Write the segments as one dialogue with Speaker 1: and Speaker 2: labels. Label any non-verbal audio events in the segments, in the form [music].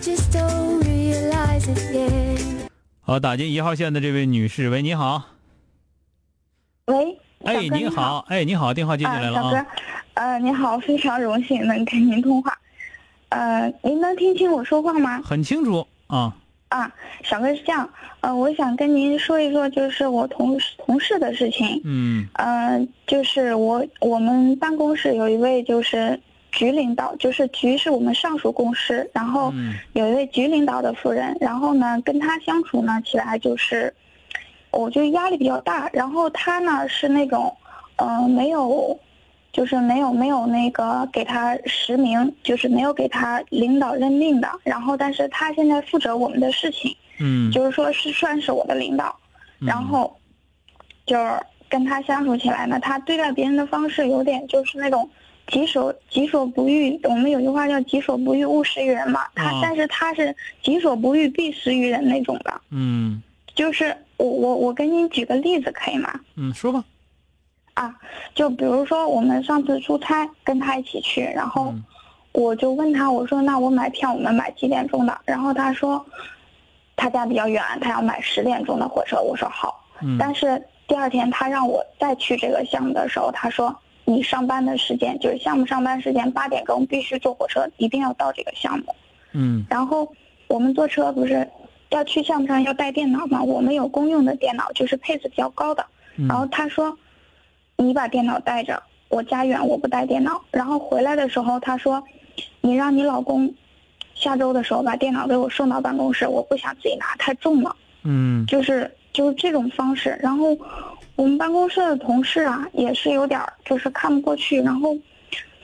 Speaker 1: just don't realize it yet.
Speaker 2: 好，打进一号线的这位女士，喂，你好，
Speaker 3: 喂，小
Speaker 2: 哎，
Speaker 3: 哥
Speaker 2: 你好，哎，你好，电话接进
Speaker 3: 啊，
Speaker 2: 来了
Speaker 3: 小哥
Speaker 2: 啊，，
Speaker 3: 呃，你好，非常荣幸能跟您通话，呃，您能听清我说话吗？
Speaker 2: 很清楚啊，
Speaker 3: 啊，小哥是这样，呃，我想跟您说一说，就是我同事同事的事情，
Speaker 2: 嗯
Speaker 3: 呃，就是我我们办公室有一位就是局领导，就是局是我们上属公司，然后
Speaker 2: 嗯
Speaker 3: 有一位局领导的夫人，然后呢，跟他相处呢起来就是，我就压力比较大。然后他呢是那种，呃，没有，就是没有没有那个给他实名，就是没有给他领导任命的。然后，但是他现在负责我们的事情，
Speaker 2: 嗯，
Speaker 3: 就是说是算是我的领导。
Speaker 2: 嗯
Speaker 3: 然后，就是跟他相处起来呢，他对待别人的方式有点就是那种己所己所不欲。我们有句话叫“己所不欲，勿施于人”嘛。他、
Speaker 2: 啊
Speaker 3: 但是他是“己所不欲，必施于人”那种的。
Speaker 2: 嗯
Speaker 3: 就是我我我给你举个例子可以吗？
Speaker 2: 嗯，说吧，
Speaker 3: 啊，就比如说我们上次出差跟他一起去，然后
Speaker 2: 嗯
Speaker 3: 我就问他，我说那我买票我们买几点钟的？然后他说他家比较远，他要买十点钟的火车。我说好。
Speaker 2: 嗯
Speaker 3: 但是第二天他让我再去这个项目的时候，他说你上班的时间就是项目上班时间八点钟必须坐火车，一定要到这个项目。
Speaker 2: 嗯
Speaker 3: 然后我们坐车不是要去项目上要带电脑嘛，我们有公用的电脑，就是配置比较高的。
Speaker 2: 嗯
Speaker 3: 然后他说你把电脑带着，我家远我不带电脑。然后回来的时候他说你让你老公下周的时候把电脑给我送到办公室，我不想自己拿，太重了。
Speaker 2: 嗯
Speaker 3: 就是就是这种方式。然后我们办公室的同事啊，也是有点儿就是看不过去，然后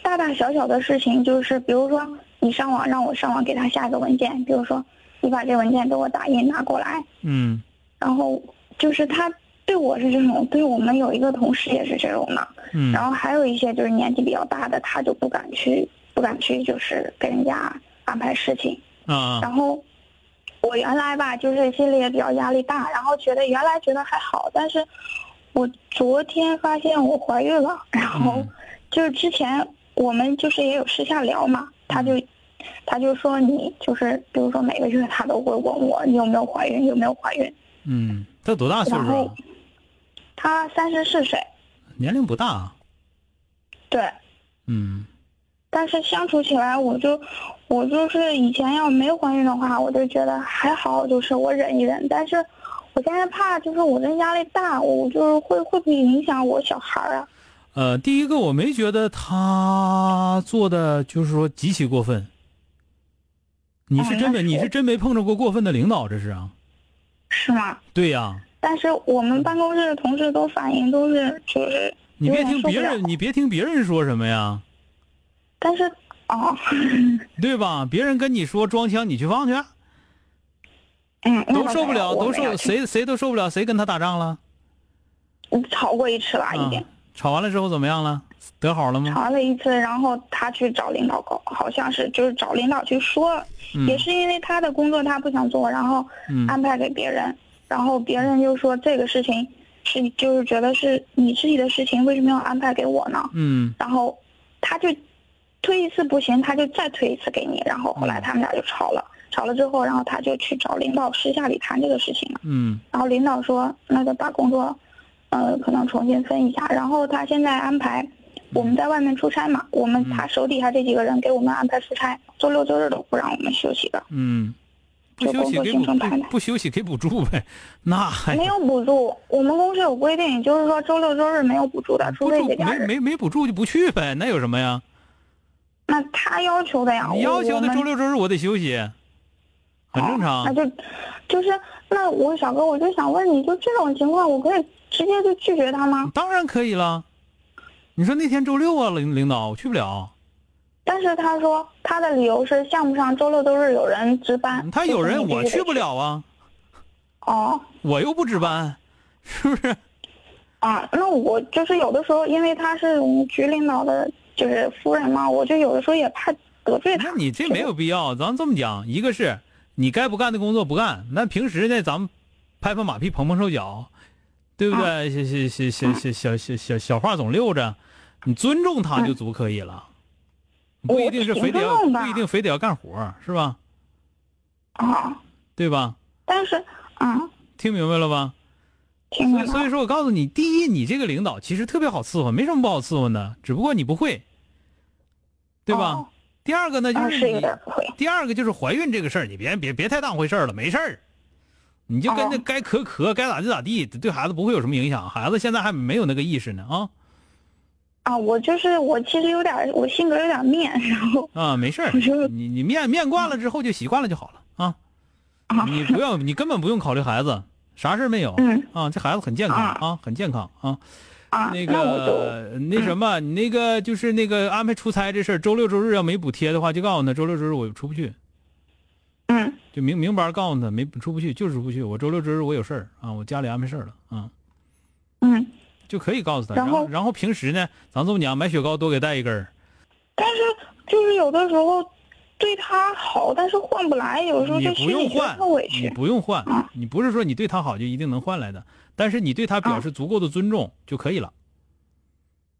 Speaker 3: 大大小小的事情，就是比如说你上网让我上网给他下一个文件，比如说你把这文件给我打印拿过来，
Speaker 2: 嗯
Speaker 3: 然后就是他。对我是这种，对我们有一个同事也是这种的，
Speaker 2: 嗯，
Speaker 3: 然后还有一些就是年纪比较大的，他就不敢去，不敢去，就是跟人家安排事情。
Speaker 2: 啊
Speaker 3: 然后我原来吧，就是心里也比较压力大，然后觉得原来觉得还好，但是我昨天发现我怀孕了，然后
Speaker 2: 嗯
Speaker 3: 就是之前我们就是也有私下聊嘛，他就
Speaker 2: 嗯
Speaker 3: 他就说你就是比如说每个月他都会问我你有没有怀孕，有没有怀孕，
Speaker 2: 嗯，他多大岁
Speaker 3: 然
Speaker 2: 数
Speaker 3: 后
Speaker 2: 啊？
Speaker 3: 他三十四岁，
Speaker 2: 年龄不大啊。
Speaker 3: 对。
Speaker 2: 嗯
Speaker 3: 但是相处起来，我就我就是以前要没怀孕的话，我就觉得还好，就是我忍一忍。但是我现在怕，就是我这压力大，我就是会会不会影响我小孩儿啊？
Speaker 2: 呃，第一个我没觉得他做的就是说极其过分。你是
Speaker 3: 嗯
Speaker 2: 真
Speaker 3: 那
Speaker 2: 没你
Speaker 3: 是
Speaker 2: 是真没碰着过过分的领导，这是啊？
Speaker 3: 是吗？
Speaker 2: 对呀、
Speaker 3: 但是我们办公室的同事都反映都是就是
Speaker 2: 你
Speaker 3: 有
Speaker 2: 别
Speaker 3: 点
Speaker 2: 听
Speaker 3: 受不
Speaker 2: 别人，
Speaker 3: 了
Speaker 2: 你别听别人说什么呀，
Speaker 3: 但是哦，
Speaker 2: 对吧？别人跟你说装腔，你去放去，
Speaker 3: 嗯，那
Speaker 2: 都
Speaker 3: 倒
Speaker 2: 受不
Speaker 3: 没有
Speaker 2: 了，
Speaker 3: 我
Speaker 2: 都
Speaker 3: 没有
Speaker 2: 受谁谁都受不了，谁跟他打仗了？
Speaker 3: 吵过一次了，已
Speaker 2: 啊
Speaker 3: 经、，
Speaker 2: 吵完了之后怎么样了？得好了吗？
Speaker 3: 吵了一次，然后他去找领导搞，好像是就是找领导去说了，
Speaker 2: 嗯
Speaker 3: 也是啊因为他的工作他不想做，然后
Speaker 2: 嗯
Speaker 3: 安排给别人，然后别人又说这个事情是就是觉得是你自己的事情，为什么要安排给我呢？
Speaker 2: 嗯
Speaker 3: 然后他就推一次不行，他就再推一次给你，然后后来
Speaker 2: 嗯
Speaker 3: 他们俩就吵了，吵了之后，然后他就去找领导私下里谈这个事情了，
Speaker 2: 嗯
Speaker 3: 然后领导说那就把工作，呃，可能重新分一下，然后他现在安排。我们在外面出差嘛，我们
Speaker 2: 嗯
Speaker 3: 他手底下这几个人给我们安排出差，周六周日都不让我们休息的。
Speaker 2: 嗯，不
Speaker 3: 就
Speaker 2: 休
Speaker 3: 工
Speaker 2: 息
Speaker 3: 作
Speaker 2: 给
Speaker 3: 行
Speaker 2: 补
Speaker 3: 程排
Speaker 2: 不
Speaker 3: 满。
Speaker 2: 不休息给补助呗，那还
Speaker 3: 没有补助，我们公司有规定，就是说周六周日没有补助的，除
Speaker 2: 补
Speaker 3: 非
Speaker 2: 助
Speaker 3: 节
Speaker 2: 嗯
Speaker 3: 假
Speaker 2: 没
Speaker 3: 日。
Speaker 2: 没没补助就不去呗，那有什么呀？
Speaker 3: 那他要求的呀，
Speaker 2: 你
Speaker 3: 我
Speaker 2: 要求
Speaker 3: 啊我
Speaker 2: 的
Speaker 3: 们啊哦
Speaker 2: 周六周日我得休息，很正常
Speaker 3: 那。就，就是那我小哥，我就想问你，就这种情况，我可以直接就拒绝他吗？
Speaker 2: 当然可以了。你说那天周六啊，领领导我去不
Speaker 3: 啊
Speaker 2: 了，
Speaker 3: 但是他说他的理由是项目上周六周日有人值班，
Speaker 2: 嗯他
Speaker 3: 就
Speaker 2: 有
Speaker 3: 是
Speaker 2: 人
Speaker 3: 你
Speaker 2: 我
Speaker 3: 必须
Speaker 2: 去
Speaker 3: 得
Speaker 2: 不。了啊，
Speaker 3: 哦
Speaker 2: 我又不值班，是不是？
Speaker 3: 啊，那我就是有的时候，因为他是我们局领导的，就是夫人嘛，我就有的时候也怕得
Speaker 2: [laughs]
Speaker 3: 罪
Speaker 2: 那
Speaker 3: 他。
Speaker 2: 你这没有必要。咱这么讲，一个是你该不干的工作不干，那平时呢，咱们拍拍马屁，捧捧手脚，对不
Speaker 3: 啊
Speaker 2: 对？小小小小小小小小话总溜着，你尊重他就足可以了，不一定是非得要，
Speaker 3: 嗯我挺尊重的
Speaker 2: 不一定非得要干活，是吧？
Speaker 3: 啊，
Speaker 2: 对吧？
Speaker 3: 但是嗯，
Speaker 2: 听明白了吧？
Speaker 3: 听
Speaker 2: 所
Speaker 3: 明
Speaker 2: 以，
Speaker 3: 白
Speaker 2: 所以
Speaker 3: 了。
Speaker 2: 说我告诉你，第一，你这个领导其实特别好伺候，没什么不好伺候的，只不过你不会，对吧？
Speaker 3: 哦
Speaker 2: 第二个呢，就
Speaker 3: 啊，
Speaker 2: 是
Speaker 3: 是
Speaker 2: 你，
Speaker 3: 有点不会。
Speaker 2: 第二个就是怀孕这个事儿，你别别别太当回事儿了，没事儿，你就跟着
Speaker 3: 哦
Speaker 2: 该咳咳，该咋地咋地，对孩子不会有什么影响。孩子现在还没有那个意识呢，啊
Speaker 3: 啊，我就是我，其实有点，我性格有点面， [laughs] 然后
Speaker 2: 啊，没事儿
Speaker 3: 我觉得，
Speaker 2: 你你面面惯了之后就习惯了就好了啊，
Speaker 3: 啊，
Speaker 2: 你不要，你根本不用考虑孩子，啥事儿没有
Speaker 3: 嗯
Speaker 2: 啊，这孩子很健康
Speaker 3: 啊
Speaker 2: 啊，很健康啊。
Speaker 3: 啊，
Speaker 2: 那
Speaker 3: 那我就嗯
Speaker 2: 个那什么，你那个就是那个安排出差这事儿，周六周日要没补贴的话，就告诉他周六周日我出不去，
Speaker 3: 嗯。
Speaker 2: 就明明白告诉他没出不去，就是出不去。我周六周日我有事儿啊，我家里安排事儿了啊，
Speaker 3: 嗯，
Speaker 2: 就可以告诉他。
Speaker 3: 然
Speaker 2: 然
Speaker 3: 后
Speaker 2: 然后平时呢，咱这么讲，买雪糕多给带一根儿。
Speaker 3: 但是就是有的时候对他好，但是换不来，有时候
Speaker 2: 你
Speaker 3: 就
Speaker 2: 不
Speaker 3: 心
Speaker 2: 用
Speaker 3: 里觉得
Speaker 2: 换
Speaker 3: 特委，
Speaker 2: 你
Speaker 3: 屈。
Speaker 2: 不用换
Speaker 3: 啊，
Speaker 2: 你不是说你对他好就一定能换来的，但是你对他表
Speaker 3: 啊
Speaker 2: 示足够的尊重就可以了。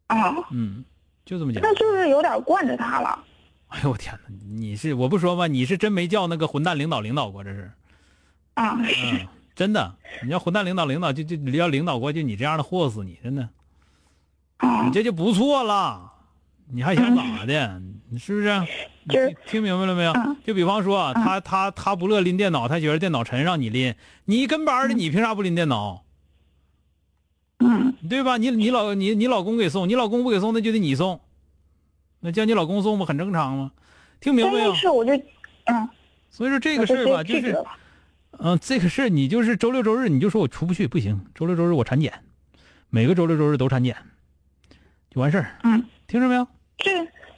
Speaker 3: 啊，
Speaker 2: 嗯，就这么讲。
Speaker 3: 那就是有点惯着他了。
Speaker 2: 哎呦我天哪，你是我不说吗？你是真没叫那个混蛋领导领导过，这是。
Speaker 3: 啊，
Speaker 2: 嗯，真的，你要混蛋领导领导就就要领导过，就你这样的祸死你，真的，你
Speaker 3: 啊，
Speaker 2: 这就不错了，你还想咋的？你是不是？你
Speaker 3: 就是
Speaker 2: 听听明白了没有
Speaker 3: 嗯？
Speaker 2: 就比方说啊，他他他不乐拎电脑，他觉得电脑沉，让你拎，你跟班的你凭啥不拎电脑？
Speaker 3: 嗯，
Speaker 2: 对吧？你你老你你老公给送，你老公不给送，那就得你送，那叫你老公送不很正常吗？听明白
Speaker 3: 但
Speaker 2: 没
Speaker 3: 那
Speaker 2: 有？
Speaker 3: 次我就，嗯，
Speaker 2: 所以说这
Speaker 3: 我
Speaker 2: 个事
Speaker 3: 就
Speaker 2: 儿吧，
Speaker 3: 直接
Speaker 2: 就
Speaker 3: 拒绝
Speaker 2: 是。
Speaker 3: 了。
Speaker 2: 嗯，这个事儿你就是周六周日你就说我出不去，不行，周六周日我产检，每个周六周日都产检，就完事儿，
Speaker 3: 嗯，
Speaker 2: 听着没有？
Speaker 3: 这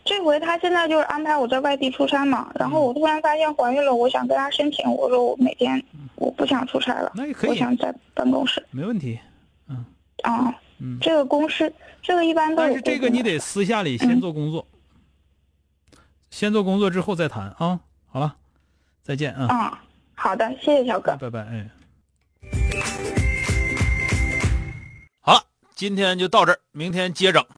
Speaker 3: 这回他现在就是安排我在外地出差嘛，
Speaker 2: 嗯
Speaker 3: 然后我突然发现怀孕了，我想跟他申请，我说我每天我不想出差了，
Speaker 2: 那也可
Speaker 3: 我
Speaker 2: 以，
Speaker 3: 想在办公室。
Speaker 2: 没问题。
Speaker 3: 啊，
Speaker 2: 嗯
Speaker 3: 这个公司这个一般都有
Speaker 2: 但是这个
Speaker 3: 规定
Speaker 2: 你
Speaker 3: 的
Speaker 2: 得私下里先做工作，先做工作之后再谈啊。好了，再见啊，
Speaker 3: 啊，好的，谢谢小哥。
Speaker 2: 拜拜，哎。好了，今天就到这儿，明天接整。